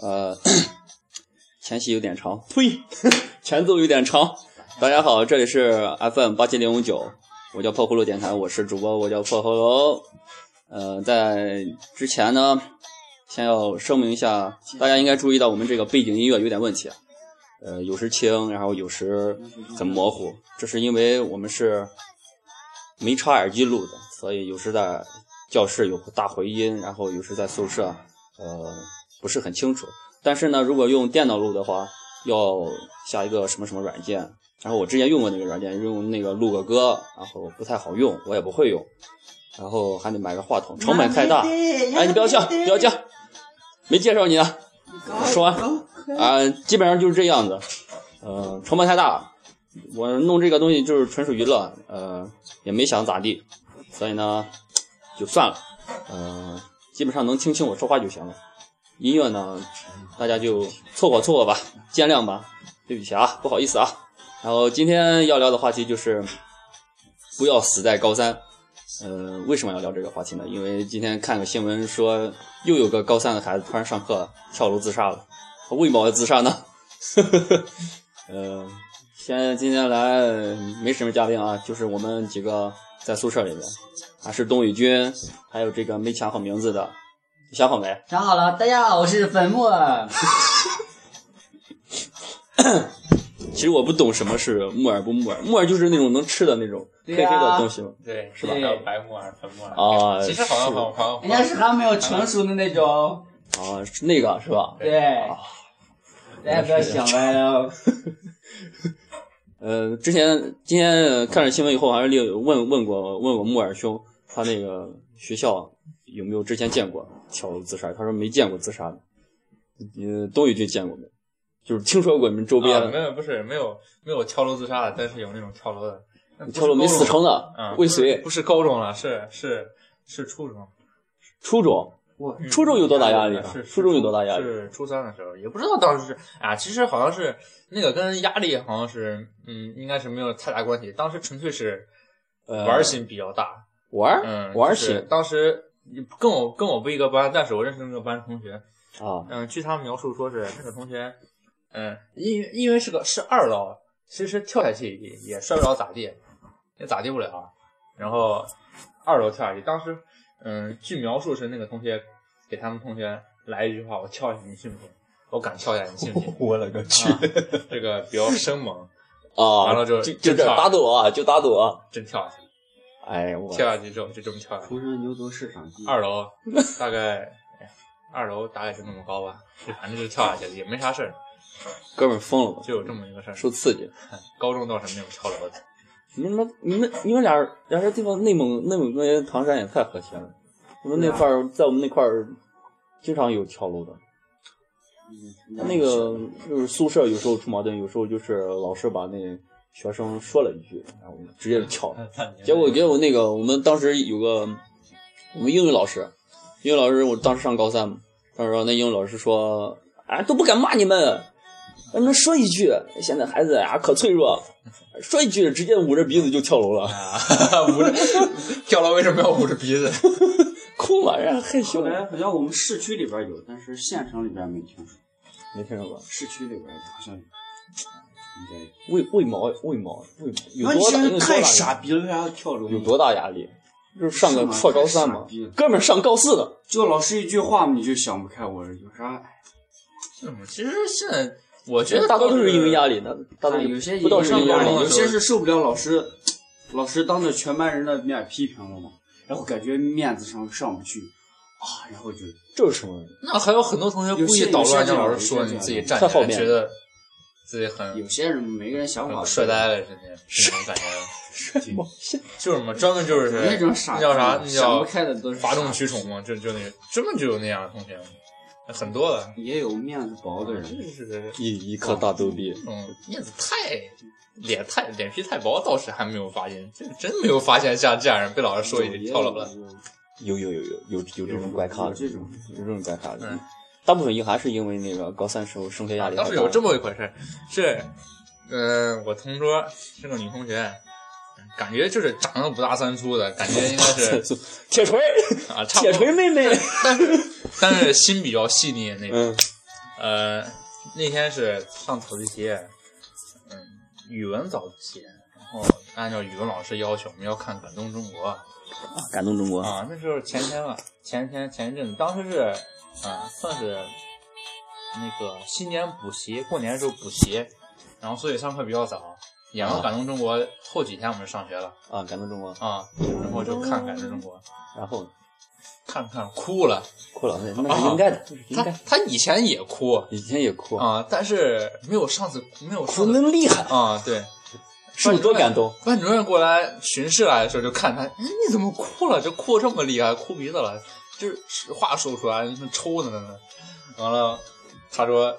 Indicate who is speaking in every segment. Speaker 1: 呃，前戏有点长，呸， 前奏有点长。大家好，这里是 FM 八七零五九，我叫破葫芦电台，我是主播，我叫破葫芦。呃，在之前呢，先要声明一下，大家应该注意到我们这个背景音乐有点问题，呃，有时轻，然后有时很模糊，这是因为我们是没插耳机录的，所以有时在教室有大回音，然后有时在宿舍，呃，不是很清楚。但是呢，如果用电脑录的话，要下一个什么什么软件，然后我之前用过那个软件，用那个录个歌，然后不太好用，我也不会用，然后还得买个话筒，成本太大。哎，你不要笑，不要笑，没介绍你呢。说完啊、基本上就是这样子。呃，成本太大，我弄这个东西就是纯属娱乐，呃，也没想咋地，所以呢，就算了。呃，基本上能听清我说话就行了。音乐呢，大家就凑合凑合吧，见谅吧，对不起啊，不好意思啊。然后今天要聊的话题就是不要死在高三。呃，为什么要聊这个话题呢？因为今天看个新闻说，又有个高三的孩子突然上课跳楼自杀了。他为毛要自杀呢？ 呃，先今天来没什么嘉宾啊，就是我们几个在宿舍里面，还是董宇军，还有这个没想好名字的，想好没？
Speaker 2: 想好了，大家好，我是粉 末。
Speaker 1: 其实我不懂什么是木耳不木耳，木耳就是那种能吃的那种
Speaker 2: 对
Speaker 1: 黑黑
Speaker 2: 呀
Speaker 1: 的东西嘛。
Speaker 3: 对，
Speaker 1: 是吧
Speaker 3: 还有白木耳、粉木耳
Speaker 1: 啊
Speaker 3: 其实好像好好
Speaker 2: 人家是还没有成熟的那种，
Speaker 1: 啊，是那个是吧？
Speaker 2: 对，
Speaker 4: 哦？”
Speaker 2: 大家不要想歪了。
Speaker 1: 呃，之前今天呃看了新闻以后，好像有问问过问过木耳兄，他那个学校有没有之前见过跳楼自杀？他说没见过自杀的。呃，东宇君见过没？就是听说过你们周边、
Speaker 3: 啊没有不是没有没有跳楼自杀的，但是有那种跳楼的，那不是
Speaker 1: 跳楼没死
Speaker 3: 高中
Speaker 1: 成的，
Speaker 3: 嗯
Speaker 1: 未遂，
Speaker 3: 不是高中了，是是是初中。
Speaker 1: 初中
Speaker 2: 我
Speaker 3: 嗯
Speaker 1: 初中有多大压力啊
Speaker 3: 是是
Speaker 1: 初中有多大压力
Speaker 3: 是初三的时候，也不知道当时是啊，其实好像是那个跟压力好像是嗯，应该是没有太大关系，当时纯粹是
Speaker 1: 呃
Speaker 3: 玩儿心比较大，
Speaker 1: 玩儿、
Speaker 3: 嗯，
Speaker 1: 玩儿
Speaker 3: 就是
Speaker 1: 心
Speaker 3: 当时跟我跟我不一个班，但是我认识那个班同学，
Speaker 1: 啊
Speaker 3: 嗯，据他们描述说是那个同学，嗯，因为因为是个是二楼，其实跳下去也也摔不了咋地，也咋地不了。啊然后二楼跳下去，当时嗯，据描述是那个同学给他们同学来一句话：“我跳下去，你信不信？我敢跳下去，你信不信
Speaker 4: 我勒个去！
Speaker 3: 啊、这个比较生猛，
Speaker 1: 啊！
Speaker 3: 完了之后
Speaker 1: 就就
Speaker 3: 就
Speaker 1: 这
Speaker 3: 跳
Speaker 1: 打赌啊，就打赌啊！
Speaker 3: 真跳下去，
Speaker 1: 哎呀，我
Speaker 3: 跳下去之后就这么跳下去。
Speaker 4: 初生牛犊是场鸡，
Speaker 3: 二楼大概，哎呀二楼大概就那么高吧，反正就是跳下去了，也没啥事儿，
Speaker 1: 哥们儿疯了吧，
Speaker 3: 就有这么一个事儿。
Speaker 1: 受刺激。
Speaker 3: 高中倒是没有跳楼的。
Speaker 1: 你们你们你们俩俩这地方内蒙内蒙跟唐山也太和谐了。我们那块儿在我们那块儿经常有跳楼的，
Speaker 4: 嗯
Speaker 1: 那个就是宿舍有时候出矛盾，有时候就是老师把那学生说了一句，然后直接就跳了。结果结果那个我们当时有个我们英语老师，英语老师我当时上高三嘛，当时那英语老师说，哎都不敢骂你们，让你们说一句，现在孩子啊可脆弱，说一句直接捂着鼻子就跳楼了。
Speaker 3: 啊， 捂着跳楼为什么要捂着鼻子？
Speaker 1: 哭了，让人害羞
Speaker 4: 后。来好像我们市区里边有，但是县城里边没听说。
Speaker 1: 没听说过，
Speaker 4: 市区里边好像有应
Speaker 1: 为为毛为毛为毛
Speaker 4: 该有。
Speaker 1: 有多大？
Speaker 4: 那
Speaker 1: 有多大
Speaker 4: 你太
Speaker 1: 压力
Speaker 4: 傻逼了，还要跳楼？
Speaker 1: 有多大压力？就是上个
Speaker 4: 是吗
Speaker 1: 硕高三
Speaker 4: 太傻
Speaker 1: 嘛
Speaker 4: 逼了，
Speaker 1: 哥们儿上高四了，
Speaker 4: 就老师一句话你就想不开，我有啥？
Speaker 3: 嗯， 其实现在我觉得
Speaker 1: 大多都是因为压
Speaker 3: 力。
Speaker 1: 力，那大多
Speaker 4: 哎有些
Speaker 1: 不到是因为压
Speaker 3: 上
Speaker 1: 力
Speaker 3: 高，中
Speaker 4: 有
Speaker 3: 的时候
Speaker 4: 些是受不了老师，老师当着全班人的面批评了嘛，然后感觉面子上上不去啊，然后就
Speaker 1: 这是什么？
Speaker 3: 那还有很多同学故意捣乱，让老师说你自己站起
Speaker 1: 太后
Speaker 3: 来，
Speaker 1: 面
Speaker 3: 觉得自己很
Speaker 4: 有些人每个人想法
Speaker 3: 很嗯帅呆了，真的是那种感觉。
Speaker 4: 挺
Speaker 3: 就是嘛，专门就是
Speaker 4: 那种傻
Speaker 3: 那
Speaker 4: 逼
Speaker 3: 叫啥？那
Speaker 4: 想
Speaker 3: 叫
Speaker 4: 不开的都是
Speaker 3: 哗众
Speaker 4: 傻
Speaker 3: 取宠嘛，就就那专门就有那样的同学，很多的。
Speaker 4: 也有面子薄的人。
Speaker 3: 真是这
Speaker 1: 一一颗大逗
Speaker 4: 啊
Speaker 1: 逼，
Speaker 3: 种面子太脸太脸皮太薄，倒是还没有发现，这真没有发现像这样人被老师说一句跳楼了。啊
Speaker 1: 有有有有有有这种怪咖
Speaker 4: 有
Speaker 1: 的，
Speaker 4: 这种
Speaker 1: 有这种怪咖的
Speaker 3: 嗯，
Speaker 1: 大部分也还是因为那个高三时候升学
Speaker 4: 啊
Speaker 1: 压力
Speaker 3: 当
Speaker 1: 太
Speaker 3: 时
Speaker 1: 大
Speaker 3: 有
Speaker 1: 了。
Speaker 3: 这么一回事，是，嗯、我同桌是个女同学，感觉就是长得不大三粗的，感觉应该是
Speaker 1: 铁锤，
Speaker 3: 啊，差不
Speaker 1: 铁
Speaker 3: 多，
Speaker 1: 锤妹妹，
Speaker 3: 但是但是心比较细腻那种。
Speaker 1: 嗯
Speaker 3: 呃，那天是上早自习，嗯，语文早自习，然后按照语文老师要求，我们要看《感动中国》
Speaker 1: 感动中国，
Speaker 3: 啊。那时候前天吧，前天前一阵子，当时是啊、算是那个新年补习，过年的时候补习，然后所以上课比较早。演完
Speaker 1: 啊
Speaker 3: 《感动中国》后几天我们上学了
Speaker 1: 啊，感动中国，
Speaker 3: 啊，然后就看《感动中国》，
Speaker 1: 然后
Speaker 3: 看看哭了。
Speaker 1: 哭了，那是应该的，应
Speaker 3: 啊他
Speaker 1: 该。
Speaker 3: 他以前也哭啊、
Speaker 1: 以前也哭，
Speaker 3: 但是没有上次没有
Speaker 1: 哭
Speaker 3: 上
Speaker 1: 那
Speaker 3: 次
Speaker 1: 么厉害，
Speaker 3: 啊、对。
Speaker 1: 是不是多感动？
Speaker 3: 班主任过来巡视来的时候，就看他，哎，你怎么哭了？这哭这么厉害，哭鼻子了，就是话说不出来，那抽的呢。完了，他说，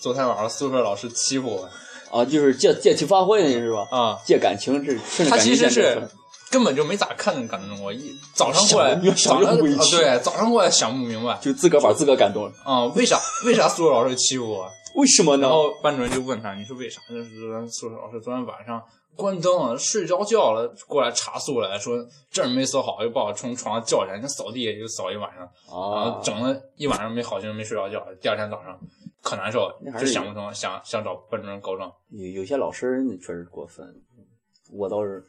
Speaker 3: 昨天晚上宿舍老师欺负我
Speaker 1: 啊，就是借借题发挥是吧？
Speaker 3: 啊，
Speaker 1: 借感情这顺着
Speaker 3: 他
Speaker 1: 感情
Speaker 3: 其实
Speaker 1: 线这
Speaker 3: 是
Speaker 1: 事
Speaker 3: 根本就没咋看那个感动我，一早上过来
Speaker 1: 想，越想
Speaker 3: 早
Speaker 1: 越
Speaker 3: 上啊
Speaker 1: 委屈
Speaker 3: 对，早上过来想不明白
Speaker 1: 就自个儿把自个儿感动了，
Speaker 3: 啊，为啥为啥宿舍老师欺负我？
Speaker 1: 为什么呢
Speaker 3: 然？后班主任就问他，你是为啥？就是宿舍老师昨天晚上关灯了，睡着觉了，过来查宿来说这儿没扫好，又把我从床上叫起来，那扫地也就扫一晚上，然后
Speaker 1: 啊，
Speaker 3: 整了一晚上没好心没睡着觉，第二天早上可难受
Speaker 1: 那，还
Speaker 3: 就是想不通，想想找班主任告状。
Speaker 1: 有有些老师那确实过分，我倒是。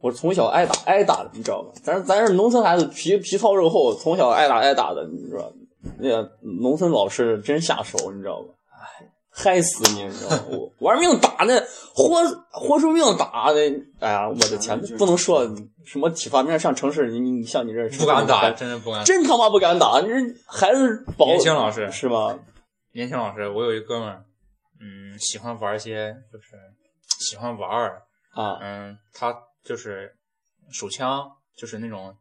Speaker 1: 我从小挨打挨打的，你知道吧？咱咱是农村孩子，皮皮糙肉厚，从小挨打挨打的，你知道吧？那个农村老师真下手，你知道吧？哎嗨死你，你知道吗？我玩命打那豁豁出命打那，哎呀，我的天，那不能说什么体罚，面上城市，你你像你这
Speaker 3: 不敢打，真是不敢打。
Speaker 1: 真他妈不敢打，你这孩子保
Speaker 3: 年轻老师
Speaker 1: 是吧？
Speaker 3: 年轻老师，我有一哥们儿，嗯，喜欢玩一些，就是喜欢玩儿，
Speaker 1: 啊，
Speaker 3: 嗯，他就是手枪，就是那种，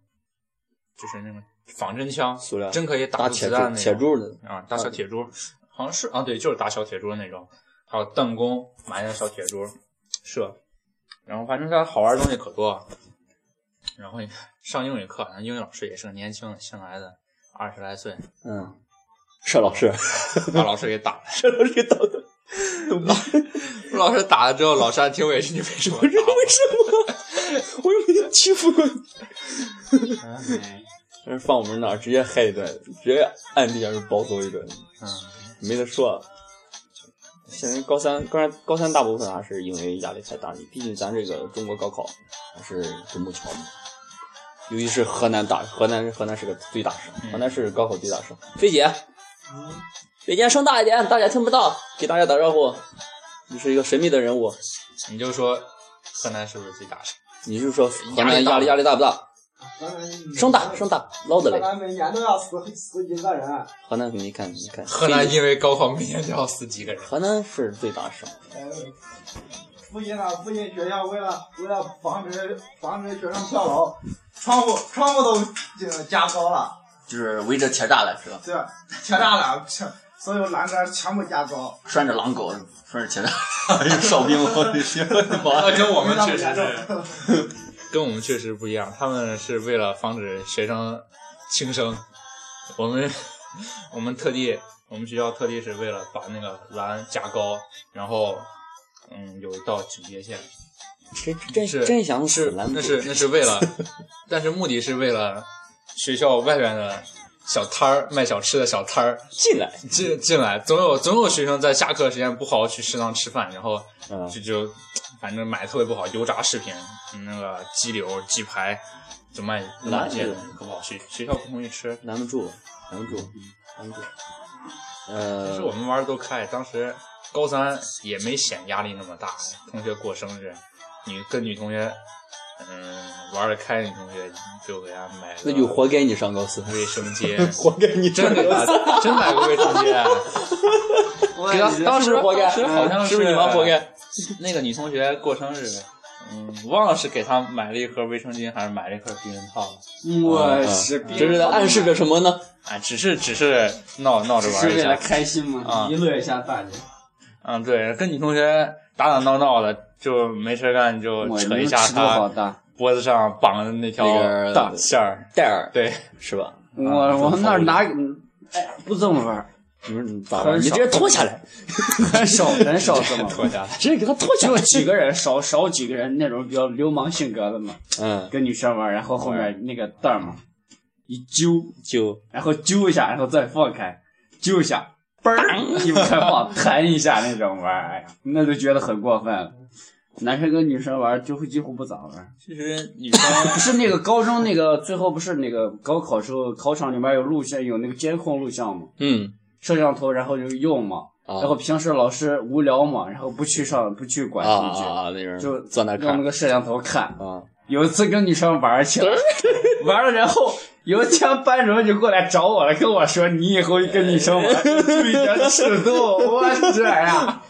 Speaker 3: 就是那种仿真枪，
Speaker 1: 塑料
Speaker 3: 真可以
Speaker 1: 打
Speaker 3: 打出
Speaker 1: 铁
Speaker 3: 子
Speaker 1: 柱
Speaker 3: 弹那种
Speaker 1: 铁柱的
Speaker 3: 啊，打小铁珠，好像是啊，对，就是打小铁珠那种，还有弹弓，买那小铁珠射，然后反正他好玩的东西可多。然后上英语课，然后英语老师也是个年轻的新来的，二十来岁，
Speaker 1: 嗯，是老师，
Speaker 3: 把老师给打了。
Speaker 1: 是 老师给打的，
Speaker 3: 老师打了之后，老师还挺委屈，你为 什么打我？
Speaker 1: 为什么？我又没欺负过
Speaker 4: 哎
Speaker 1: 你，放我们那儿直接嗨一顿，直接暗地下就暴揍一顿，
Speaker 3: 嗯。
Speaker 1: 没得说。现在高三，高三，高三大部分还是因为压力太大，毕竟咱这个中国高考还是独木桥嘛。尤其是河南大，河南河南是个最大省，河南是高考最大省。菲姐，菲姐声大一点，大家听不到，给大家打招呼。你是一个神秘的人物，
Speaker 3: 你就说河南是不是最大省？
Speaker 1: 你是说河
Speaker 3: 压
Speaker 1: 南
Speaker 3: 力大
Speaker 1: 压力压力大不大？
Speaker 5: 河南
Speaker 1: 声大声大，唠得
Speaker 5: 河
Speaker 1: 嘞。
Speaker 5: 南每年都要 死死几个人，
Speaker 1: 河南你看你看，
Speaker 3: 河南因为高考每年都要死几个人。
Speaker 1: 河南是最大省，
Speaker 5: 呃，附近啊附近学校为了为了防止防止学生跳楼，窗户窗户都呃加高了，
Speaker 4: 就是围着铁栅栏是吧？
Speaker 5: 对， 铁栅栏全所有栏杆全部加高，
Speaker 4: 拴着狼狗，拴着铁栅， 有哨兵，我的天，我的妈！
Speaker 3: 那跟我
Speaker 5: 非
Speaker 3: 们
Speaker 5: 常
Speaker 3: 确
Speaker 5: 严
Speaker 3: 实
Speaker 5: 重。
Speaker 3: 是，跟我们确实不一样。他们是为了防止学生轻生，我们我们特地，我们学校特地是为了把那个栏加高，然后嗯有一道警戒线，
Speaker 1: 真真
Speaker 3: 是
Speaker 1: 真想死
Speaker 3: 是
Speaker 1: 拦不
Speaker 3: 那
Speaker 1: 住
Speaker 3: 是那是为了，但是目的是为了学校外面的小摊儿卖小吃的小摊儿
Speaker 1: 进来，
Speaker 3: 进进来，总有总有学生在下课时间不好好去食堂吃饭，然后
Speaker 1: 嗯
Speaker 3: 就就反正买的特别不好，油炸食品，嗯那个鸡柳、鸡排，就卖
Speaker 1: 哪
Speaker 3: 那些东西可不好，学学校不同意吃。
Speaker 1: 拦不住，拦不住，拦不住。
Speaker 3: 但是我
Speaker 1: 呃，
Speaker 3: 们玩的都开，当时高三也没显压力那么大，同学过生日，女跟女同学，嗯，玩的开的女同学就给她买
Speaker 1: 那就
Speaker 3: 个
Speaker 1: 活该你上高三，
Speaker 3: 卫生 间，
Speaker 1: 活该你
Speaker 3: 真给她 真买个卫生间。啊给他啊当时
Speaker 1: 活该嗯
Speaker 3: 当时好像
Speaker 1: 是不是你妈活该？
Speaker 3: 那个女同学过生日，嗯，忘了是给她买了一盒卫生巾，还是买了一盒避孕套了。
Speaker 4: 我是
Speaker 1: 这是在暗示着什么呢？
Speaker 3: 啊，只是只是闹闹着
Speaker 4: 只
Speaker 3: 玩
Speaker 4: 是
Speaker 3: 一
Speaker 4: 为了
Speaker 3: 下。
Speaker 4: 开心
Speaker 3: 啊
Speaker 4: 嘛，娱乐一下大家。
Speaker 3: 嗯，对，跟女同学打打闹闹的，就没事干就
Speaker 4: 我
Speaker 3: 扯一
Speaker 4: 能
Speaker 3: 下啊
Speaker 4: 尺度好
Speaker 3: 她，
Speaker 4: 大，
Speaker 3: 脖子上绑的那条
Speaker 1: 那个
Speaker 3: 大线儿，
Speaker 1: 戴尔
Speaker 3: 对，
Speaker 1: 是吧？
Speaker 4: 我我那儿拿，哎，不这么玩儿，
Speaker 1: 你说你咋
Speaker 4: 很
Speaker 1: 玩？你直
Speaker 4: 少
Speaker 1: 接脱下来，
Speaker 4: 很少很少这么玩
Speaker 3: 脱
Speaker 4: 儿，
Speaker 3: 下来。
Speaker 1: 直接给他脱下
Speaker 4: 就
Speaker 1: 来。
Speaker 4: 几个人，少少几个人那种比较流氓性格的嘛，
Speaker 1: 嗯，
Speaker 4: 跟女生玩儿，然后后面那个袋儿嘛，一揪，
Speaker 1: 就
Speaker 4: 然后揪一下，然后再放开，揪一下，嘣儿，一开放，弹一下那种玩儿，哎呀，那就觉得很过分了。男生跟女生玩儿就会几乎不咋玩儿， 呃
Speaker 3: 其实女生
Speaker 4: 不是那个高中那个最后不是那个高考时候考场里面有录像有那个监控录像嘛，
Speaker 1: 嗯
Speaker 4: 摄像头然后就用嘛，
Speaker 1: 啊
Speaker 4: 然后平时老师无聊嘛，然后不去上不去
Speaker 1: 啊
Speaker 4: 管
Speaker 1: 啊
Speaker 4: 进去，
Speaker 1: 啊！那人
Speaker 4: 就
Speaker 1: 坐那
Speaker 4: 用那
Speaker 1: 看
Speaker 4: 个摄像头看。
Speaker 1: 啊，
Speaker 4: 有一次跟女生玩去 了，玩了然后有一天班主任就过来找我了，跟我说你以后跟女生玩注意点尺度。我去呀，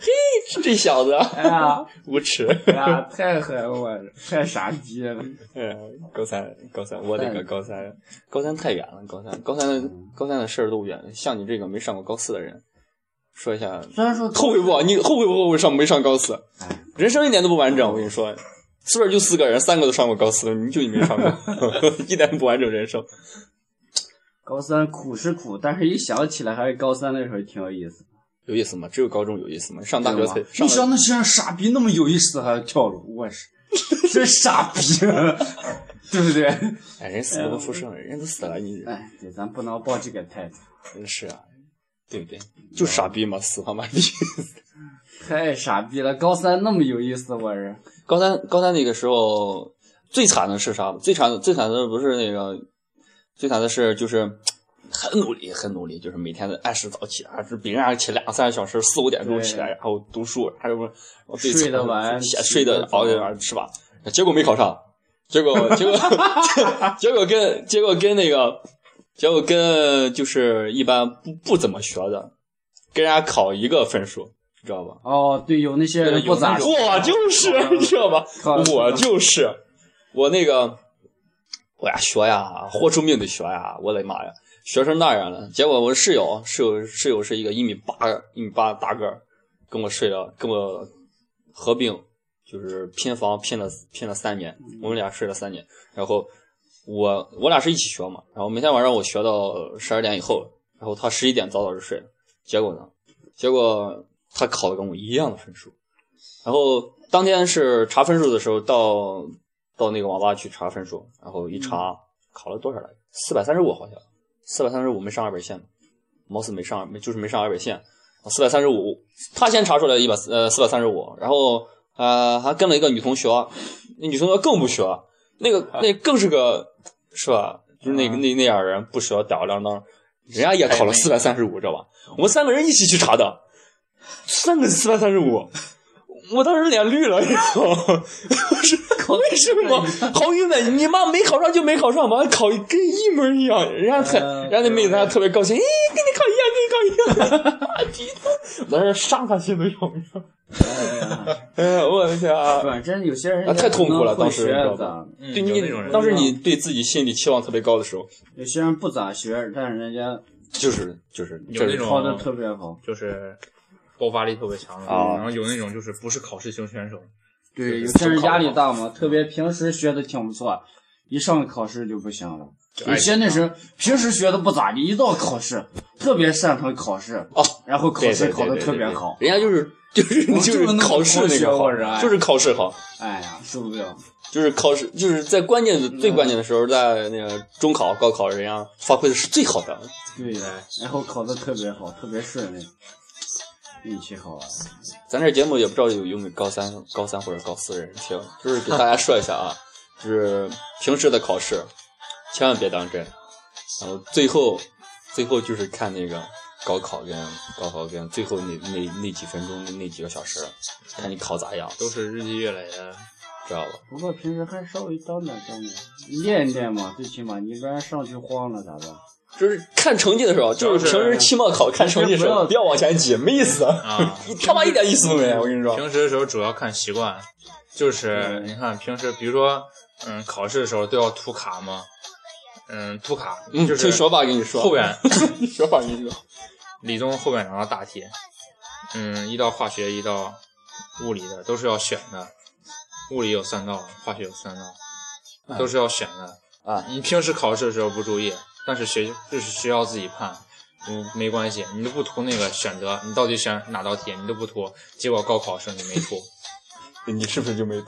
Speaker 1: 这小子
Speaker 4: 哎呀，
Speaker 1: 无 耻！
Speaker 4: 哎呀，太狠了，我太傻逼了。
Speaker 1: 嗯，高三，高三，我的个高三，高三太远了，高三，高三的高三的事儿都远，像你这个没上过高四的人，说哎一下
Speaker 4: 虽然说
Speaker 1: 后悔不？你后悔不后悔上没上高四？人生一点都不完整，我跟你说，宿舍就四个人，三个都上过高四，你就你没上过， 一点不完整人生。
Speaker 4: 高三苦是苦，但是一想起来还是高三那时候挺有意思。
Speaker 1: 有意思吗？只有高中有意思吗？啊上大学才
Speaker 4: 你
Speaker 1: 上
Speaker 4: 想那些人傻逼那么有意思，还要跳楼，我是 真傻逼，对不对？
Speaker 1: 哎，人死不能复生，人都死了，你
Speaker 4: 哎，对咱不能抱这个态度。
Speaker 1: 真是啊，对不对？就傻逼嘛，死他 妈逼！
Speaker 4: 太傻逼了！高三那么有意思，我是
Speaker 1: 高三高三那个时候最惨的是啥？最惨的最惨的不是那个，最惨的是就是。很努力，很努力，就是每天的按时早起啊，是比人家起两三个小时，四五点钟起来，
Speaker 4: 对
Speaker 1: 然后读书，还有最
Speaker 4: 睡
Speaker 1: 惨
Speaker 4: 得晚
Speaker 1: 写
Speaker 4: 起
Speaker 1: 睡
Speaker 4: 得
Speaker 1: 得熬夜
Speaker 4: 早
Speaker 1: 啊是吧？结果没考上，结果结果 结果跟结果跟那个结果跟就是一般不不怎么学的，跟人家考一个分数，知道吧？
Speaker 4: 哦，对，有那些人不咋啊地，
Speaker 1: 我就是，你知道吧？
Speaker 4: 靠
Speaker 1: 我就是，我那个，哎我呀学呀，豁出命的学呀，我的妈呀，学成那样了。结果我室友，室友，室友是一个一米八，一米八大个儿，跟我睡了，跟我合并，就是拼房拼了拼了三年，我们俩睡了三年。然后我我俩是一起学嘛，然后每天晚上我学到十二点以后，然后他十一点早早就睡了。结果呢？结果他考的跟我一样的分数，然后当天是查分数的时候，到到那个网吧去查分数，然后一查、考了多少来着？四百三十五好像，四百三十五没上二本线，貌似没上，没就是没上二本线。四百三十五，他先查出来一百呃四百三十五，然后呃还跟了一个女同学，那女同学更不学，那个那更是个是吧？就是那个那那样人不学吊儿郎当，人家也考了四百三十五，知道吧？我们三个人一起去查的，三个四百三十五，我当时脸绿了，你知道吗？ 我说为什么？好郁闷！你妈没考上就没考上，完考跟一模一样，人家特，人家那妹子还特别高兴，咦，跟你考一样，跟你考一样， 啊鼻子，我当时杀他心都有，你知道吗？ 哎呀，我的天啊！
Speaker 4: 反正有些人
Speaker 1: 啊太痛苦了
Speaker 4: 也不能
Speaker 1: 当
Speaker 4: 会
Speaker 1: 时
Speaker 4: 学
Speaker 1: 你知道
Speaker 4: 的，
Speaker 3: 嗯
Speaker 1: 对
Speaker 3: 有
Speaker 1: 你
Speaker 3: 那种人
Speaker 1: 当时你对自己心理期望特别高的时候，
Speaker 4: 有些人不咋学，但是人家
Speaker 1: 就是就是
Speaker 3: 有
Speaker 1: 就是
Speaker 3: 那种
Speaker 4: 考的特别好。
Speaker 3: 就是爆发力特别强的，
Speaker 1: 啊
Speaker 3: 然后有那种就是不是考试型选手，
Speaker 4: 对，有些人压力大嘛，特别平时学的挺不错，一上考试就不行了。有些
Speaker 1: 啊
Speaker 4: 那时候平时学的不咋地，一到考试特别擅长考试，
Speaker 1: 哦
Speaker 4: 然后考
Speaker 1: 对
Speaker 4: 试
Speaker 1: 对
Speaker 4: 考
Speaker 1: 对
Speaker 4: 的
Speaker 1: 对
Speaker 4: 特别
Speaker 1: 对
Speaker 4: 好。
Speaker 1: 人家就是就是
Speaker 4: 我
Speaker 1: 就
Speaker 4: 就是
Speaker 1: 是
Speaker 4: 那种
Speaker 1: 考试那个
Speaker 4: 同学我
Speaker 1: 好，
Speaker 4: 是
Speaker 1: 就是考试好，
Speaker 4: 哎呀，受不了！
Speaker 1: 就是考试就是在关键的最关键的时候，在那个中考、高考，人家发挥的是最好的。
Speaker 4: 对，然后考的特别好，特别顺利，运气好啊。
Speaker 1: 咱这节目也不知道有有没有高三、高三或者高四的人听，就是给大家说一下啊，就是平时的考试千万别当真，然后最后最后就是看那个高考跟高考跟最后那那那几分钟那几个小时，看你考咋样，
Speaker 3: 都是日积月累的。
Speaker 1: 知道吧？
Speaker 4: 不过平时还稍微当点当点，练一练嘛，最起码你不然上去慌了咋办？
Speaker 1: 就是看成绩的时候，就是平时期末考看成绩的时候，不要往前挤，没意思，
Speaker 3: 啊
Speaker 1: 你 他妈一点意思都没有。我跟你说，
Speaker 3: 平时的时候主要看习惯，就是
Speaker 1: 嗯
Speaker 3: 你看平时，比如说，嗯，考试的时候都要涂卡嘛，嗯，涂卡，
Speaker 1: 嗯，
Speaker 3: 就
Speaker 1: 听
Speaker 3: 是
Speaker 1: 学霸跟你说，
Speaker 3: 后 边
Speaker 1: 学霸跟你说，
Speaker 3: 理综后边两道大题，嗯，一道化学，一道物理的都是要选的，物理有三道，化学有三道，都是要选的。
Speaker 1: 嗯啊，
Speaker 3: 你平时考试的时候不注意，但是学这是学校自己判，嗯，没关系，你都不图那个选择，你到底选哪道题，你都不图，结果高考的时候你没图，
Speaker 1: 你是不是就没 涂？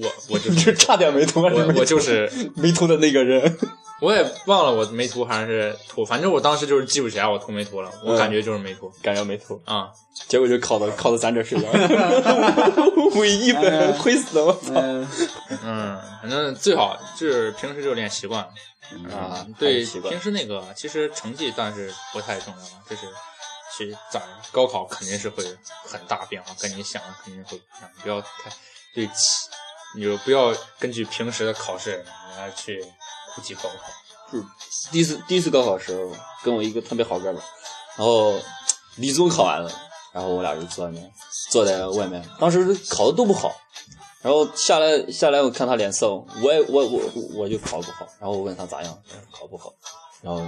Speaker 3: 我我就
Speaker 1: 你
Speaker 3: 是
Speaker 1: 是差点没涂，还是
Speaker 3: 我
Speaker 1: 没
Speaker 3: 我
Speaker 1: 涂
Speaker 3: 就是
Speaker 1: 没涂的那个 人？
Speaker 3: 我也忘了我没涂还是涂，反正我当时就是记不起来我涂没涂了，我
Speaker 1: 嗯
Speaker 3: 感觉就是没涂
Speaker 1: 感觉没涂，
Speaker 3: 啊、
Speaker 1: 结果就考的考的咱这水 平，唯一分亏死了。
Speaker 4: 嗯，
Speaker 3: 嗯，反正最好就是平时就练习惯
Speaker 1: 啊
Speaker 3: 对，
Speaker 1: 习惯
Speaker 3: 平时那个其实成绩但是不太重要了，就是其实咱高考肯定是会很大变化，跟你想的肯定会不一样，不要太对其，你就不要根据平时的考试来去估计高考。
Speaker 1: 第一次第一次高考时候，跟我一个特别好哥们儿，然后理综考完了，然后我俩就坐外面，坐在外面，当时考的都不好，然后下来下来，我看他脸色，我也我我我就考得不好，然后我问他咋样，考不好，然后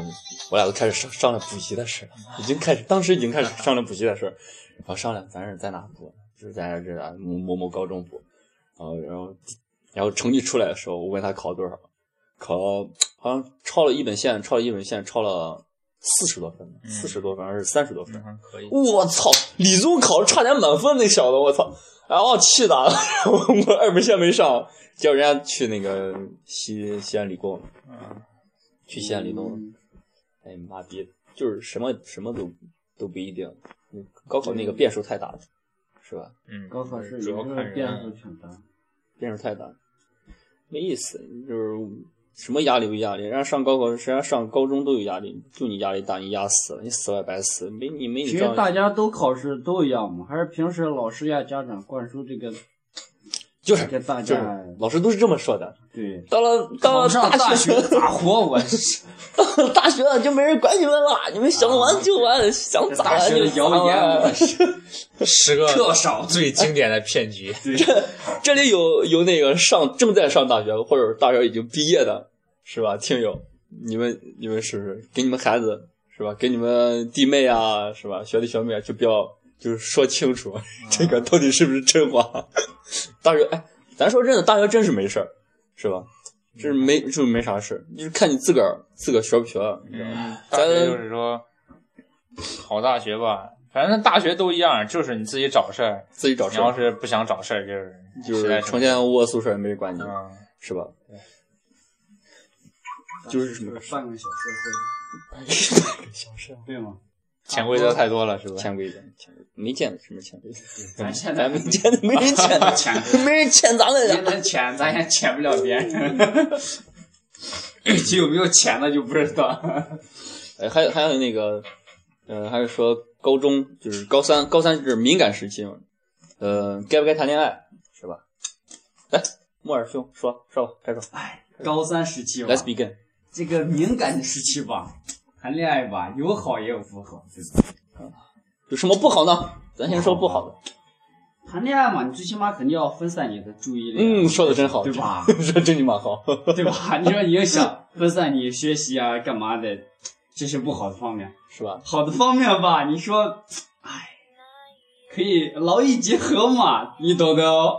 Speaker 1: 我俩就开始商商量补习的事儿，已经开始，当时已经开始商量补习的事儿，然后商量咱是在哪补，就是在这啊某某某高中补，然后然后然后成绩出来的时候，我问他考多少，考了好像超了一本线，超了一本线，超了四十多分，四十多分还是三十多分？
Speaker 3: 嗯，可以。
Speaker 1: 我操！理综考差点满分那小子，我操！然后气的，我 二本线没上，结果人家去那个西西安理工，
Speaker 3: 嗯，
Speaker 1: 去西安理工，
Speaker 4: 嗯
Speaker 1: 哎妈逼，就是什么什么都都不一定，高考那个变数太大了，是吧？
Speaker 3: 嗯，
Speaker 4: 高考是
Speaker 3: 主要看人。啊
Speaker 4: 变数挺大。
Speaker 1: 变数太大，没意思。就是什么压力不压力？人家上高考，人家上高中都有压力，就你压力大，你压死了，你死了也白死，没你没你
Speaker 4: 其实
Speaker 1: 仗
Speaker 4: 大
Speaker 1: 义。
Speaker 4: 家都考试都一样嘛，还是平时老师呀、家长灌输这个
Speaker 1: 就是
Speaker 4: 给大
Speaker 1: 就是
Speaker 4: 家，
Speaker 1: 老师都是这么说的。
Speaker 4: 对，
Speaker 1: 到了到
Speaker 4: 考
Speaker 1: 了
Speaker 4: 上大
Speaker 1: 学
Speaker 4: 学， 咋活？我
Speaker 1: 到了大学了就没人管你们了，你们想玩就玩，想咋
Speaker 4: 啊大
Speaker 1: 玩
Speaker 4: 学
Speaker 1: 就
Speaker 4: 的
Speaker 1: 咋
Speaker 4: 谣言，我
Speaker 1: 玩。
Speaker 4: 是
Speaker 3: 十个
Speaker 4: 特少。
Speaker 3: 最经典的骗 局，
Speaker 1: 这里有有那个上正在上大学或者大学已经毕业的，是吧？听友，你们你们是不是给你们孩子是吧？给你们弟妹啊，是吧？学弟学妹啊，就不要 就是说清楚、这个到底是不是真 话。大学哎，咱说真的，大学真是没事儿，是吧？就是没就是没啥事儿，就是看你自个儿自个儿学不学，你知道吗？
Speaker 3: 嗯，大学就是说，好大学吧，反正大学都一样，就是你自己找事儿。
Speaker 1: 自己找
Speaker 3: 你
Speaker 1: 事
Speaker 3: 要
Speaker 1: 儿，
Speaker 3: 是不想找事儿，就是
Speaker 1: 就是成天窝宿舍也没人管你，
Speaker 3: 嗯，
Speaker 1: 是吧？ 就是什么
Speaker 4: 半个小社
Speaker 1: 小事
Speaker 4: 会，对吗？
Speaker 3: 潜规则太多了，是吧？
Speaker 1: 潜规则，潜规则没见过什么潜规则。
Speaker 4: 咱现在，
Speaker 1: 咱们欠的没人欠
Speaker 4: 啊钱
Speaker 1: 没人欠咱们
Speaker 4: 别
Speaker 1: 的。
Speaker 4: 能潜，咱也潜不了别人。 具体有没有潜的就不知道。
Speaker 1: 哎，还有还有那个，呃，还是说高中就是高三，高三是敏感时期嘛，呃，该不该谈恋爱是吧？来，莫尔兄说说吧，开说
Speaker 4: 哎，高三时期吧，
Speaker 1: ，Let's begin。
Speaker 4: 这个敏感的时期吧，谈恋爱吧，有好也有不好，对吧？
Speaker 1: 有什么不好呢？咱先说不好的。
Speaker 4: 谈恋爱嘛，你最起码肯定要分散你的注意力，啊
Speaker 1: 嗯，，说的真好，
Speaker 4: 对？吧？
Speaker 1: 说真你妈好。
Speaker 4: 对吧？你说你又想分散你学习啊，干嘛的？这是不好的方面。
Speaker 1: 是吧？
Speaker 4: 好的方面吧，你说，哎，可以劳逸结合嘛，你懂的哦，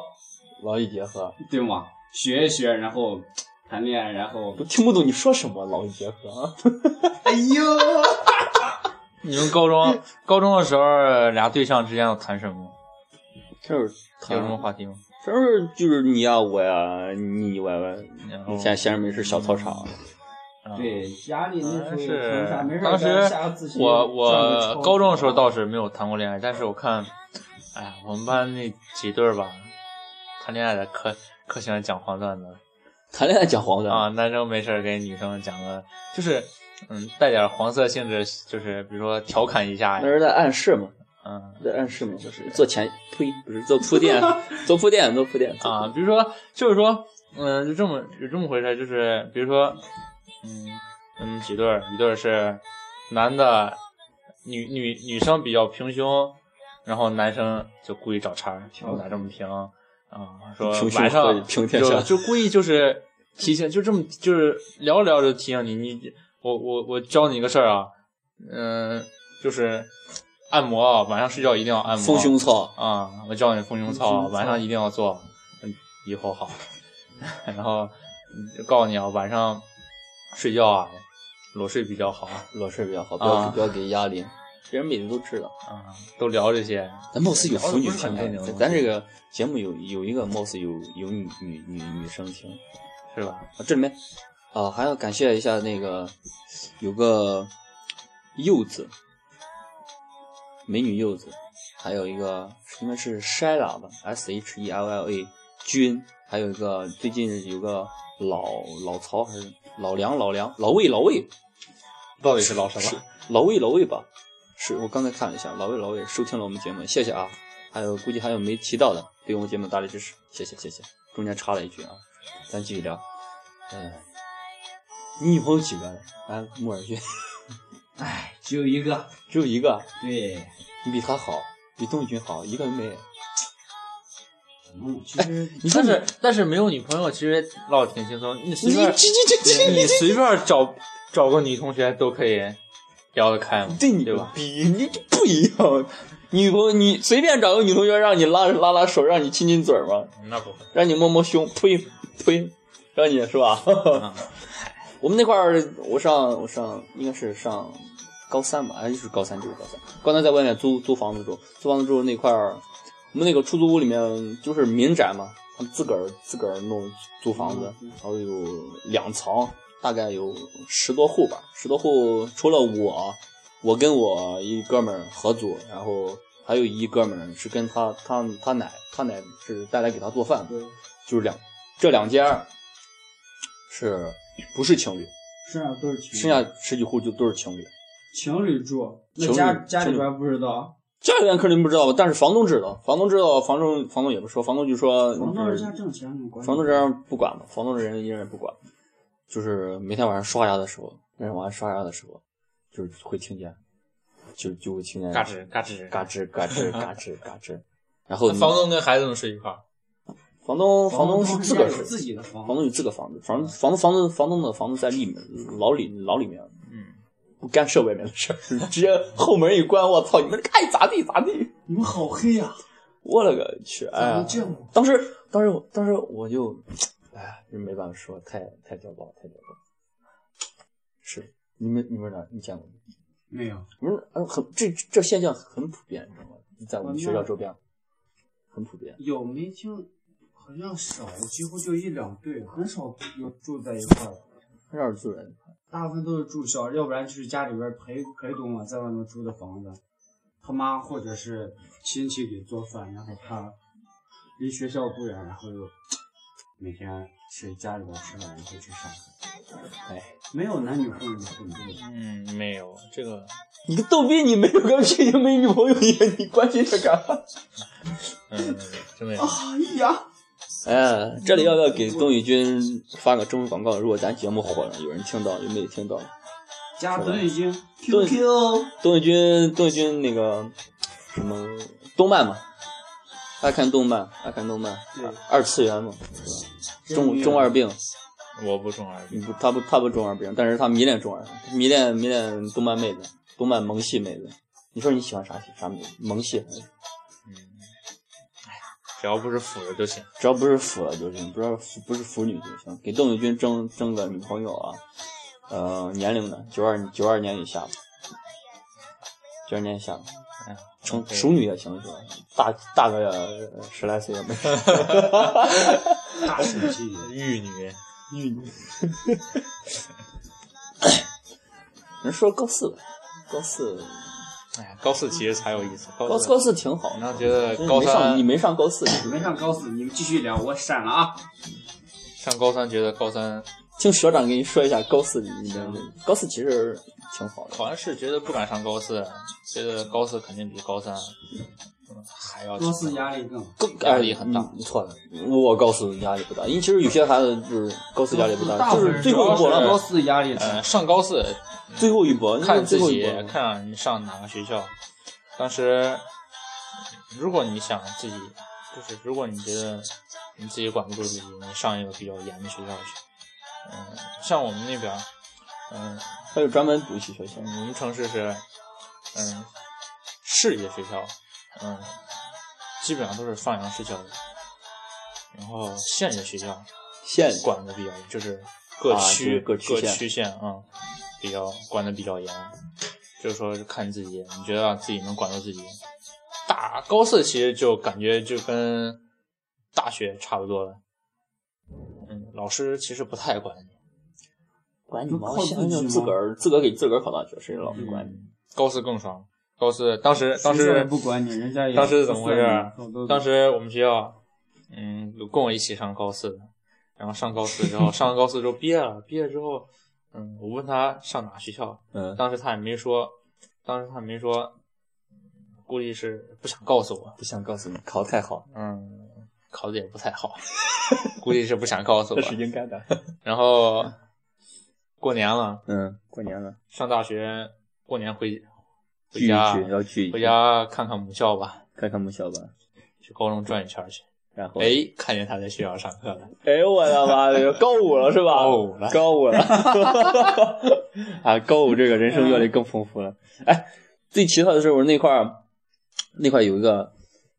Speaker 1: 劳逸结合，
Speaker 4: 对吗？学一学，然后谈恋爱，然后
Speaker 1: 我听不懂你说什么劳逸结合啊？
Speaker 4: 哎呦，
Speaker 3: 你们高中高中的时候，俩对象之间都谈什么？
Speaker 1: 就是
Speaker 3: 有什么话题吗？
Speaker 1: 就是就是你呀、我呀、腻腻歪歪，
Speaker 3: 然后
Speaker 1: 你现在闲着没事小操场，
Speaker 3: 嗯
Speaker 2: 对，压力那时候
Speaker 3: 嗯
Speaker 2: 也
Speaker 3: 是
Speaker 2: 挺大，没事
Speaker 3: 当
Speaker 2: 儿
Speaker 3: 时
Speaker 2: 干下个啊自习。
Speaker 3: 我
Speaker 2: 上
Speaker 3: 我
Speaker 2: 个操
Speaker 3: 高中的时候倒是没有谈过恋爱，但是我看，哎呀，我们班那几对儿吧，谈恋爱的可可喜欢讲黄段子了
Speaker 1: 谈恋爱讲黄的
Speaker 3: 啊，男生没事儿给女生讲个，就是嗯带点黄色性质，就是比如说调侃一下
Speaker 1: 那
Speaker 3: 呀，
Speaker 1: 是在暗示嘛，
Speaker 3: 嗯
Speaker 1: 在暗示嘛，就是做前呸，不是做铺 垫，做铺垫，做铺垫做
Speaker 3: 啊，比如说就是说，嗯，就这么有这么回事儿，就是比如说，嗯嗯几对儿，一对儿是男的，女女女生比较平胸，然后男生就故意找茬儿，胸咋这么平啊？说
Speaker 1: 哦平胸
Speaker 3: 晚
Speaker 1: 可以
Speaker 3: 上
Speaker 1: 平天下
Speaker 3: 就就故意就是提醒，就这么就是聊着聊着提醒你，你我我我教你一个事儿啊，嗯、就是按摩啊，晚上睡觉一定要按摩，
Speaker 1: 丰胸操，
Speaker 3: 啊、我教你丰胸
Speaker 4: 丰
Speaker 3: 操，
Speaker 4: 胸操
Speaker 3: 晚上一定要做，嗯，以后好。然后就告诉你啊，晚上睡觉啊，裸睡比较好
Speaker 1: 裸睡比较好，不要
Speaker 3: 啊
Speaker 1: 不要给压力。这人每天都知道，
Speaker 3: 啊，都聊这些。
Speaker 1: 咱貌似有腐女
Speaker 3: 聊得不是
Speaker 1: 听
Speaker 3: 很正经的
Speaker 1: 哎，
Speaker 3: 东西
Speaker 1: 咱这个节目有有一个貌似有有女女女女生听，
Speaker 3: 是吧？
Speaker 1: 啊，这里面啊还要感谢一下那个有个柚子，美女柚子，还有一个应该是 Shella 吧，S H E L L A 君，还有一个最近有个老老曹还是老梁老梁老魏老魏
Speaker 3: 到底是老什么？
Speaker 1: 老魏老魏吧，是我刚才看了一下老魏老魏收听了我们节目，谢谢啊，还有估计还有没提到的对我们节目的大力支持，谢谢谢谢，中间插了一句啊，咱继续聊，嗯、你女朋友几个了？啊，木耳君
Speaker 2: 哎，只有一个。
Speaker 1: 只有一个，啊
Speaker 2: 对，
Speaker 1: 你比他好，比邓君好，一个都没有。
Speaker 4: 嗯，其实
Speaker 1: 你说
Speaker 3: 哎但
Speaker 1: 你
Speaker 3: 是 但是没有女朋友，其实唠得挺轻松。你随
Speaker 1: 你这
Speaker 3: 便
Speaker 1: 这这这
Speaker 3: 你你随便找找个女同学都可以聊得开嘛，
Speaker 1: 对你
Speaker 3: 对吧？
Speaker 1: 比你这不一样，女朋友你随便找个女同学让你拉拉拉手，让你亲亲嘴儿吗？
Speaker 3: 嗯那不会，
Speaker 1: 让你摸摸胸，呸呸，让你是吧？
Speaker 3: 嗯
Speaker 1: 我们那块儿，我上我上应该是上高三吧，哎，就是高三，就是高三。高三在外面租租房子住，租房子住那块儿，我们那个出租屋里面就是民宅嘛，他们自个儿自个儿弄租房子，然后有两层，大概有十多户吧，十多户除了我，我跟我一哥们儿合组，然后还有一哥们儿是跟他他他奶他奶是带来给他做饭的，就是两这两家儿是不是情侣？
Speaker 4: 剩下都是情侣，
Speaker 1: 剩下十几户就都是情侣。
Speaker 4: 情侣住，那
Speaker 1: 情侣
Speaker 4: 家家
Speaker 1: 情
Speaker 4: 里
Speaker 1: 侣
Speaker 4: 边不知道，
Speaker 1: 家里面肯定不知道吧，但是房东知道，房东知道，房东房东也不说，房东就说
Speaker 4: 房东人家挣钱，你管
Speaker 1: 房东这样不管嘛，房东这人一人也不管，就是每天晚上刷牙的时候，每天晚上刷牙的时候，就是会听见，就就会听见
Speaker 3: 嘎吱嘎吱
Speaker 1: 嘎吱嘎吱嘎吱嘎吱，然后你
Speaker 3: 房东跟孩子们睡一块儿，
Speaker 1: 房东
Speaker 4: 房
Speaker 1: 房东是自个儿
Speaker 4: 人家有
Speaker 1: 睡，
Speaker 4: 自己的房
Speaker 1: 房，东有自个房子，房房子房子房东的房子在里面老里老里面，
Speaker 3: 嗯，
Speaker 1: 不干涉外面的事儿， 直接后门一关，我操，你们爱咋地咋地。
Speaker 4: 你们好黑呀，
Speaker 1: 我勒个去！哎呀
Speaker 4: 咋能这样，
Speaker 1: 当时，当时我，当时我就，哎呀，这没办法说，太太屌爆了，太屌爆了。是你们，你们哪你见过吗？
Speaker 4: 没有，
Speaker 1: 你们呃很这这现象很普遍，你知道吗？在我
Speaker 4: 我
Speaker 1: 们
Speaker 4: 那
Speaker 1: 学校周
Speaker 4: 啊
Speaker 1: 边，很普遍。
Speaker 4: 有没听，好像少，几乎就一两对，很少有住在一块儿的。
Speaker 1: 很少住人，
Speaker 4: 大部分都是住校，要不然就是家里边陪陪同我在外面租的房子，他妈或者是亲戚给做饭，然后他离学校不远，然后又每天去家里边吃饭，然后去上课。
Speaker 1: 哎，
Speaker 4: 没有男女混混的，
Speaker 3: 嗯，没有这个，
Speaker 1: 你个逗逼，你没有个屁，就没女朋友你，你关心这干嘛？
Speaker 3: 嗯，真没有。
Speaker 1: 哎呀，这里要不要给邓宇君发个征文广告？如果咱节目火了，有人听到，有没有听到？
Speaker 4: 加等已经
Speaker 1: 对
Speaker 2: QQ
Speaker 1: 邓丽君，邓丽君那个什么动漫嘛，爱看动漫，爱看动漫，
Speaker 4: 对
Speaker 1: 二次元嘛，
Speaker 4: 真
Speaker 1: 中
Speaker 4: 没有
Speaker 1: 中二病，
Speaker 3: 我不中二病，
Speaker 1: 你不，他不他不中二病，但是他迷恋中二，迷恋迷恋动漫妹子，动漫萌系妹子。你说你喜欢啥系啥妹子？萌系，
Speaker 3: 嗯，只要不是腐的就行。
Speaker 1: 只要不是腐了就行，不是腐不是腐女就行。给邓丽君争争个女朋友啊，呃，年龄呢？九二九二年以下吧，九二年以下吧。
Speaker 3: 哎呀，
Speaker 1: 成
Speaker 3: 对
Speaker 1: 熟女也行，是吧？大大个呃十来岁也没事。
Speaker 4: 大神级别。
Speaker 3: 玉女，
Speaker 1: 人说高四了，高四，
Speaker 3: 哎呀，高四其实才有意思。
Speaker 1: 高
Speaker 3: 高
Speaker 1: 四高四挺好
Speaker 3: 你。要觉得
Speaker 1: 你
Speaker 3: 高
Speaker 1: 没上，
Speaker 3: 三
Speaker 1: 你没上高四，
Speaker 4: 你们上高四，你们继续聊，我闪了啊！
Speaker 3: 上高三，觉得高三
Speaker 1: 听学长给你说一下高四，你的高四其实挺好的。
Speaker 3: 好像是觉得不敢上高四，觉得高四肯定比高三嗯还要
Speaker 4: 高四压力更大，
Speaker 1: 高
Speaker 3: 压力很大
Speaker 1: 哎你错了，我高四压力不大，因为其实有些孩子就是高四压力不
Speaker 4: 大
Speaker 1: 大，
Speaker 4: 部
Speaker 1: 就
Speaker 4: 分
Speaker 1: 是最后一
Speaker 4: 人
Speaker 1: 波
Speaker 4: 高
Speaker 1: 了
Speaker 4: 高
Speaker 1: 嘛，
Speaker 4: 四压力大，
Speaker 3: 呃，上高四
Speaker 1: 最后一波，因为
Speaker 3: 看
Speaker 1: 最
Speaker 3: 自
Speaker 1: 后一
Speaker 3: 己
Speaker 1: 波了，
Speaker 3: 看啊你上哪个学校。当时，如果你想自己，就是如果你觉得你自己管不住自己，你上一个比较严的学校去。嗯，像我们那边儿，嗯，
Speaker 1: 还有专门补习学校
Speaker 3: 我，们城市是，嗯，市级学校，嗯，基本上都是放羊式教育。然后县级学校，
Speaker 1: 县
Speaker 3: 管的比较严，就是各
Speaker 1: 啊
Speaker 3: 区、
Speaker 1: 就是各区
Speaker 3: 区
Speaker 1: 县
Speaker 3: 县啊、嗯比较管的比较严，就是说是看自己，你觉得啊自己能管住自己。大高四其实就感觉就跟大学差不多了，嗯，老师其实不太管你，
Speaker 1: 管你毛
Speaker 4: 靠自
Speaker 1: 想
Speaker 4: 己
Speaker 1: 想
Speaker 4: 吗
Speaker 1: 自个儿自个儿给自个儿考大学，谁老师管你？
Speaker 3: 高四更爽。高四当时当
Speaker 4: 学校也
Speaker 3: 时
Speaker 4: 不管你，人家也
Speaker 3: 当时是怎么回事
Speaker 4: 不
Speaker 3: 儿
Speaker 4: 算你好多？
Speaker 3: 当时我们学校，嗯，有跟我一起上高四的，然后上高 四之后，上完高四之后毕业了，毕业之后，嗯，我问他上哪学校，
Speaker 1: 嗯，
Speaker 3: 当时他也没说，当时他也没说，估计是不想告诉我，
Speaker 1: 不想告诉你，考得太好，
Speaker 3: 嗯，考的也不太好，估计是不想告诉我
Speaker 1: 这。是应该的。
Speaker 3: 然后过年了，
Speaker 1: 嗯，过年了，
Speaker 3: 上大学过年回回
Speaker 1: 聚一
Speaker 3: 家
Speaker 1: 聚，要聚一
Speaker 3: 回
Speaker 1: 聚，
Speaker 3: 家看看母校吧，
Speaker 1: 看看母校吧。
Speaker 3: 去高中转一圈去。
Speaker 1: 然后，
Speaker 3: 哎，看见他在学校上课了，
Speaker 1: 哎呦我的妈的，高五了是吧？
Speaker 3: 高五了
Speaker 1: 高五了，啊，高五这个人生阅历更丰富了。哎，最奇特的是我那块儿，那块儿有一个，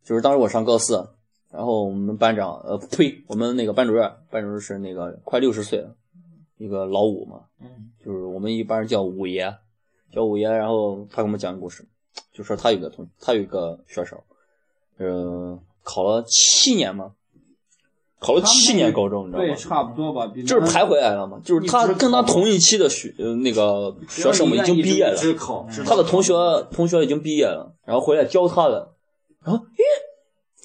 Speaker 1: 就是当时我上高四，然后我们班长，呃，呸，我们那个班主任，班主任是那个快六十岁了，一个老五嘛，
Speaker 3: 嗯
Speaker 1: 就是我们一般叫五爷，叫五爷，然后他给我们讲个故事，就说他有个同，他有一个学生，呃，考了七年嘛，考了七年高中，你知道
Speaker 4: 对，
Speaker 1: 吗？
Speaker 4: 差不多吧，比
Speaker 1: 就是徘徊来了嘛，就是他
Speaker 4: 一直
Speaker 1: 跟他
Speaker 4: 考
Speaker 1: 同一期的学呃那个学生们已经毕业了，
Speaker 4: 只
Speaker 3: 嗯
Speaker 4: 考
Speaker 1: 他的同学同学已经毕业了，然后回来教他的，然后咦，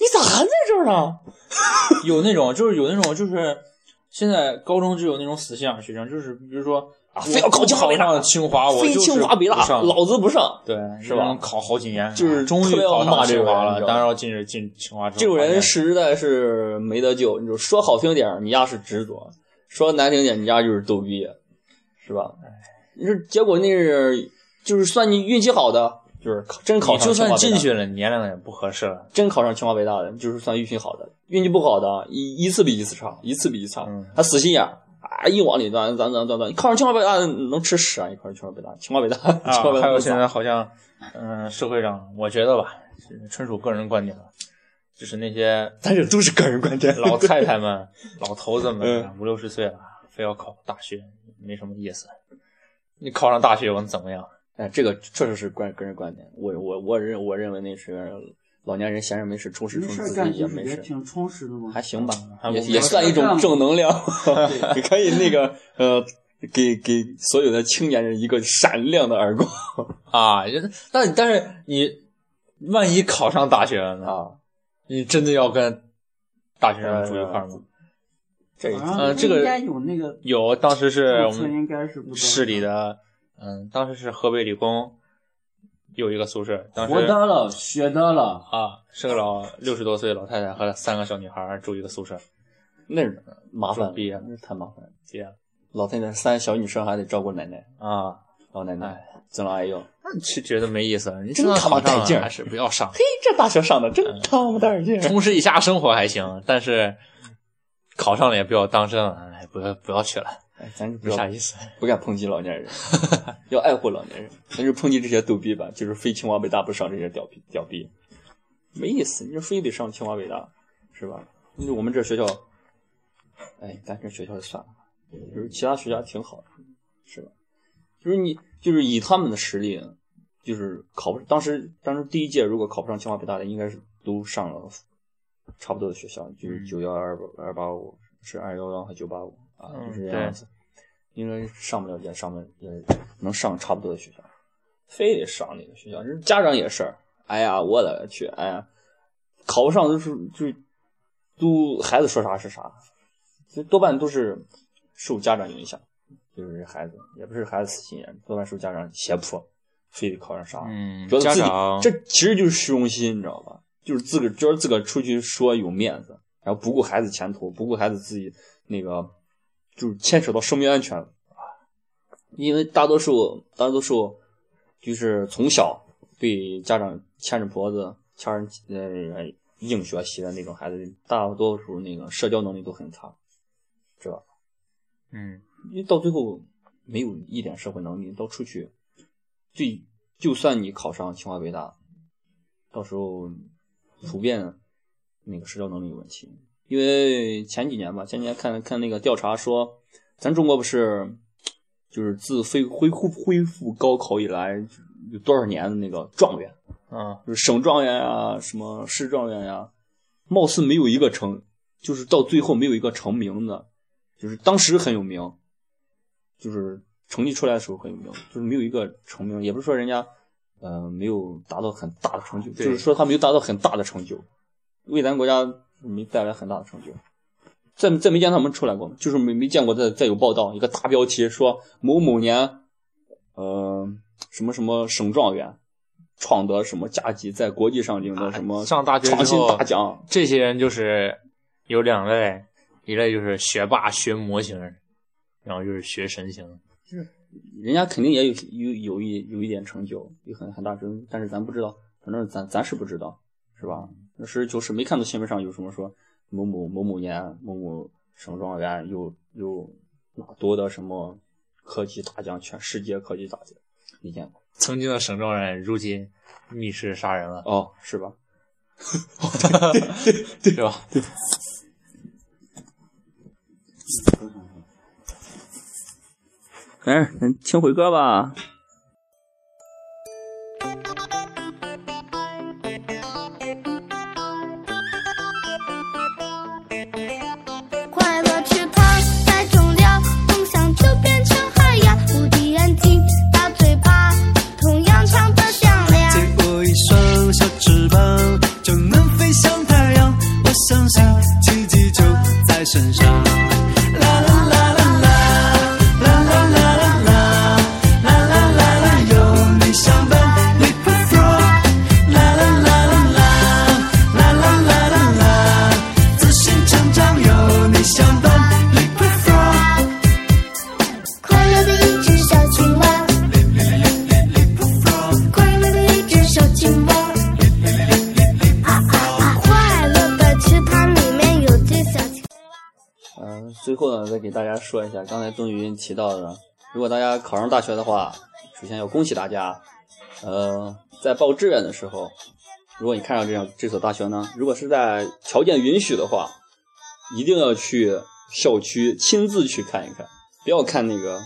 Speaker 1: 你咋还在这儿呢？
Speaker 3: 有那种就是有那种就是现在高中就有那种死心眼儿学生，就是比如说啊
Speaker 1: 非要考清华北大
Speaker 3: 清华，啊我
Speaker 1: 非
Speaker 3: 就是
Speaker 1: 清华北
Speaker 3: 不
Speaker 1: 大，
Speaker 3: 上
Speaker 1: 老子不上。
Speaker 3: 对，
Speaker 1: 是吧
Speaker 3: 能考好几年，哎
Speaker 1: 就是
Speaker 3: 终于
Speaker 1: 特别要
Speaker 3: 考
Speaker 1: 骂
Speaker 3: 上
Speaker 1: 这
Speaker 3: 清
Speaker 1: 种
Speaker 3: 华
Speaker 1: 人你知，道
Speaker 3: 了
Speaker 1: 吗
Speaker 3: 当然要进进清华之后。
Speaker 1: 这种
Speaker 3: 发
Speaker 1: 人
Speaker 3: 现
Speaker 1: 实在是没得救，你就说好听点儿，你丫是执着；说难听点儿，你丫就是逗逼，是吧？
Speaker 3: 哎
Speaker 1: 你说结果那是就是算你运气好的，就是真考上
Speaker 3: 就
Speaker 1: 清
Speaker 3: 算
Speaker 1: 华北大
Speaker 3: 进去了，年龄也不合适了。
Speaker 1: 真考上清华北大的，就是算运气好的；运气不好的，一一次比一次差，一次比一次差。
Speaker 3: 嗯
Speaker 1: 他死心眼儿，啊，硬往里钻，钻钻钻钻。你考上清华北大能吃屎啊！你考上清华北大，清华北大， 清华北大
Speaker 3: 啊还
Speaker 1: 能
Speaker 3: 有
Speaker 1: 啊咋
Speaker 3: 现在好像，嗯、社会上我觉得吧，是纯属个人观点了，就是那些
Speaker 1: 但是都是个人观点。
Speaker 3: 老太太们、 老头子们啊
Speaker 1: 嗯，
Speaker 3: 五六十岁了，非要考大学，没什么意思。你考上大学又能怎么 样？
Speaker 1: 哎，这个确实是观个人观点。我我我认我认为那是老年人闲着没事充实
Speaker 4: 没
Speaker 1: 充实
Speaker 4: 事儿
Speaker 1: 自
Speaker 4: 干
Speaker 1: 己也
Speaker 4: 不是
Speaker 1: 没
Speaker 4: 也
Speaker 1: 事，
Speaker 4: 挺充实的吗？
Speaker 1: 还行吧，
Speaker 3: 还
Speaker 1: 也
Speaker 3: 我
Speaker 1: 也算一种正能量。
Speaker 4: 对
Speaker 1: 你可以那个 呃，给给所有的青年人一个闪亮的耳光
Speaker 3: 啊，人那但是你万一考上大学了呢？
Speaker 1: 啊！
Speaker 3: 你真的要跟大学生住一块儿吗？
Speaker 1: 这一
Speaker 4: 好像
Speaker 3: 呃这个
Speaker 4: 应该有那个
Speaker 3: 有，当时是
Speaker 4: 注
Speaker 3: 我
Speaker 4: 册
Speaker 3: 们
Speaker 4: 应该是不多
Speaker 3: 市里的，嗯，当时是河北理工有一个宿舍，当时
Speaker 4: 活到了，学到了，
Speaker 3: 啊是个老六十多岁的老太太和三个小女孩儿住一个宿舍，
Speaker 1: 那是麻烦了，
Speaker 3: 准毕业
Speaker 1: 那是太麻烦了。
Speaker 3: 这样
Speaker 1: 老太太三小女生还得照顾奶奶，
Speaker 3: 啊，
Speaker 1: 老奶奶尊老爱幼。哎
Speaker 3: 那其实觉得没意思，你
Speaker 1: 真
Speaker 3: 的
Speaker 1: 他妈
Speaker 3: 考上
Speaker 1: 带劲儿
Speaker 3: 了还是不要上，
Speaker 1: 嘿，这大学上的
Speaker 3: 嗯
Speaker 1: 真他妈带劲！
Speaker 3: 充实一下生活还行，但是考上了也不要当真了，哎，不要不要去了，
Speaker 1: 哎，咱就不
Speaker 3: 没啥
Speaker 1: 要
Speaker 3: 意思。
Speaker 1: 不敢抨击老年人，要爱护老年人。咱就抨击这些逗逼吧，就是非清华北大不上这些屌逼屌逼，没意思。你说非得上清华北大，是吧？那我们这学校，哎，咱这学校就算了吧。就是其他学校挺好的，是吧？就是你就是以他们的实力，就是考不当时当时第一届如果考不上清华北大的，应该是都上了差不多的学校，就是
Speaker 3: 嗯
Speaker 1: 九幺二二八五是二幺幺和九八五啊，
Speaker 3: 嗯
Speaker 1: 就是这样子。应该上不了也上不了也能上差不多的学校，非得上那个学校，这家长也是，哎呀，我的去，哎呀，考不上就是就是都孩子说啥是啥，这多半都是受家长影响，就是这孩子也不是孩子死心眼，多半受家长胁迫，非得考上啥，
Speaker 3: 嗯，
Speaker 1: 觉得
Speaker 3: 家
Speaker 1: 自己
Speaker 3: 长
Speaker 1: 这其实就是虚荣心，你知道吧？就是自个儿觉得自个儿出去说有面子，然后不顾孩子前途，不顾孩子自己那个，就是牵扯到生命安全了。啊因为大多数大多数就是从小被家长牵着脖子、掐着呃硬学习的那种孩子，大多数那个社交能力都很差，知道吧？
Speaker 3: 嗯。
Speaker 1: 因为到最后没有一点社会能力，到出去，最就算你考上清华北大，到时候普遍那个社交能力有问题，因为前几年吧，前几年看看那个调查说，咱中国不是就是自恢恢复恢复高考以来有多少年的那个状元，
Speaker 3: 嗯，
Speaker 1: 就是省状元呀、什么市状元呀、貌似没有一个成，就是到最后没有一个成名的，就是当时很有名，就是成绩出来的时候很有名，就是没有一个成名，也不是说人家呃没有达到很大的成就，就
Speaker 3: 对
Speaker 1: 是说他没有达到很大的成就，为咱国家没带来很大的成就。再再没见他们出来过，就是没没见过再再有报道一个大标题说某某年，呃什么什么省状元，创得什么佳绩，在国际上领的什么
Speaker 3: 上大学
Speaker 1: 创
Speaker 3: 之
Speaker 1: 新
Speaker 3: 后
Speaker 1: 大奖，
Speaker 3: 这些人就是有两类，一类就是学霸、学模型，然后就是学神型。
Speaker 1: 人家肯定也有有有一有一点成就，有很很大成就，但是咱不知道，反正咱咱是不知道，是吧？实事求是，没看到新闻上有什么说某某某某年某某省状元又又哪夺得什么科技大奖，全世界科技大奖，没见过
Speaker 3: 曾经的省状元，如今密室杀 人了，
Speaker 1: 哦，是吧？
Speaker 3: 对吧？
Speaker 1: 没事，咱听哎嗯回歌吧。
Speaker 6: 快乐池塘在终了，梦想就变成海洋。无敌眼睛，大嘴巴，同样唱得响
Speaker 7: 借
Speaker 6: 亮。
Speaker 7: 我一双小翅膀，就能飞向太阳。我相信奇迹就在身上。啦啦啦啦啦，啦啦啦啦啦，啦啦啦啦，有你相伴，Little Frog。啦啦啦啦啦，啦啦啦啦啦，自信成长，有你相伴，Little Frog。
Speaker 6: 快乐的一只小青蛙，快乐的一只小青蛙。快乐的池塘里面有只小青。
Speaker 1: 嗯、最后呢，再给大家说一下，刚才曾云提到的，如果大家考上大学的话，首先要恭喜大家。呃，在报志愿的时候，如果你看上这样这所大学呢，如果是在条件允许的话，一定要去校区亲自去看一看，不要看那个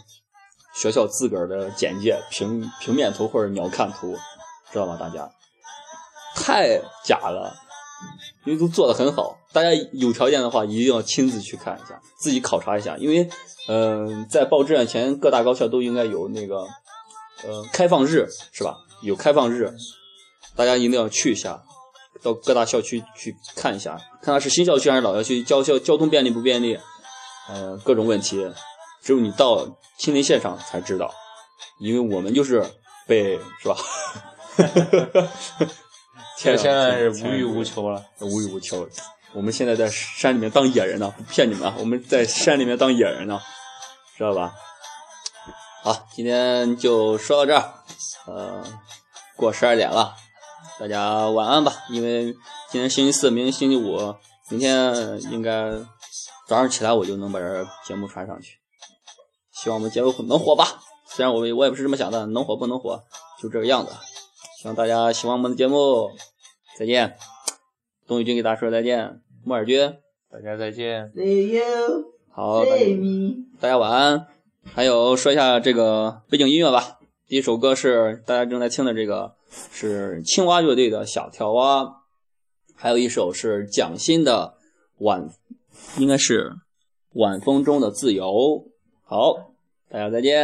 Speaker 1: 学校自个儿的简介、平平面图或者鸟瞰图，知道吗？大家太假了。因为都做得很好。大家有条件的话，一定要亲自去看一下，自己考察一下。因为，嗯、在报志愿前，各大高校都应该有那个，呃，开放日是吧？有开放日，大家一定要去一下，到各大校区去看一下，看它是新校区还是老校区，交校交通便利不便利，呃，各种问题，只有你到亲临现场才知道。因为我们就是被是吧？ 天啊
Speaker 3: 这现在是
Speaker 1: 天
Speaker 3: 无
Speaker 1: 啊
Speaker 3: 欲无求了。
Speaker 1: 无欲无求。我们现在在山里面当野人呢，不骗你们啊，我们在山里面当野人呢，知道吧？好，今天就说到这儿，呃，过十二点了，大家晚安吧。因为今天星期四，明天星期五，明天应该早上起来我就能把这节目传上去。希望我们节目能火吧，虽然我我也不是这么想的，能火不能火就这个样子。希望大家喜欢我们的节目，再见。东宇君给大家说再见，木耳君，
Speaker 3: 大家再见。
Speaker 2: See you,
Speaker 1: 好，大
Speaker 2: see
Speaker 1: 家
Speaker 2: me。
Speaker 1: 大家晚安。还有说一下这个背景音乐吧，第一首歌是大家正在听的这个是青蛙乐队的《小跳蛙》，还有一首是蒋欣的《晚》，应该是《晚风中的自由》。好，大家再见。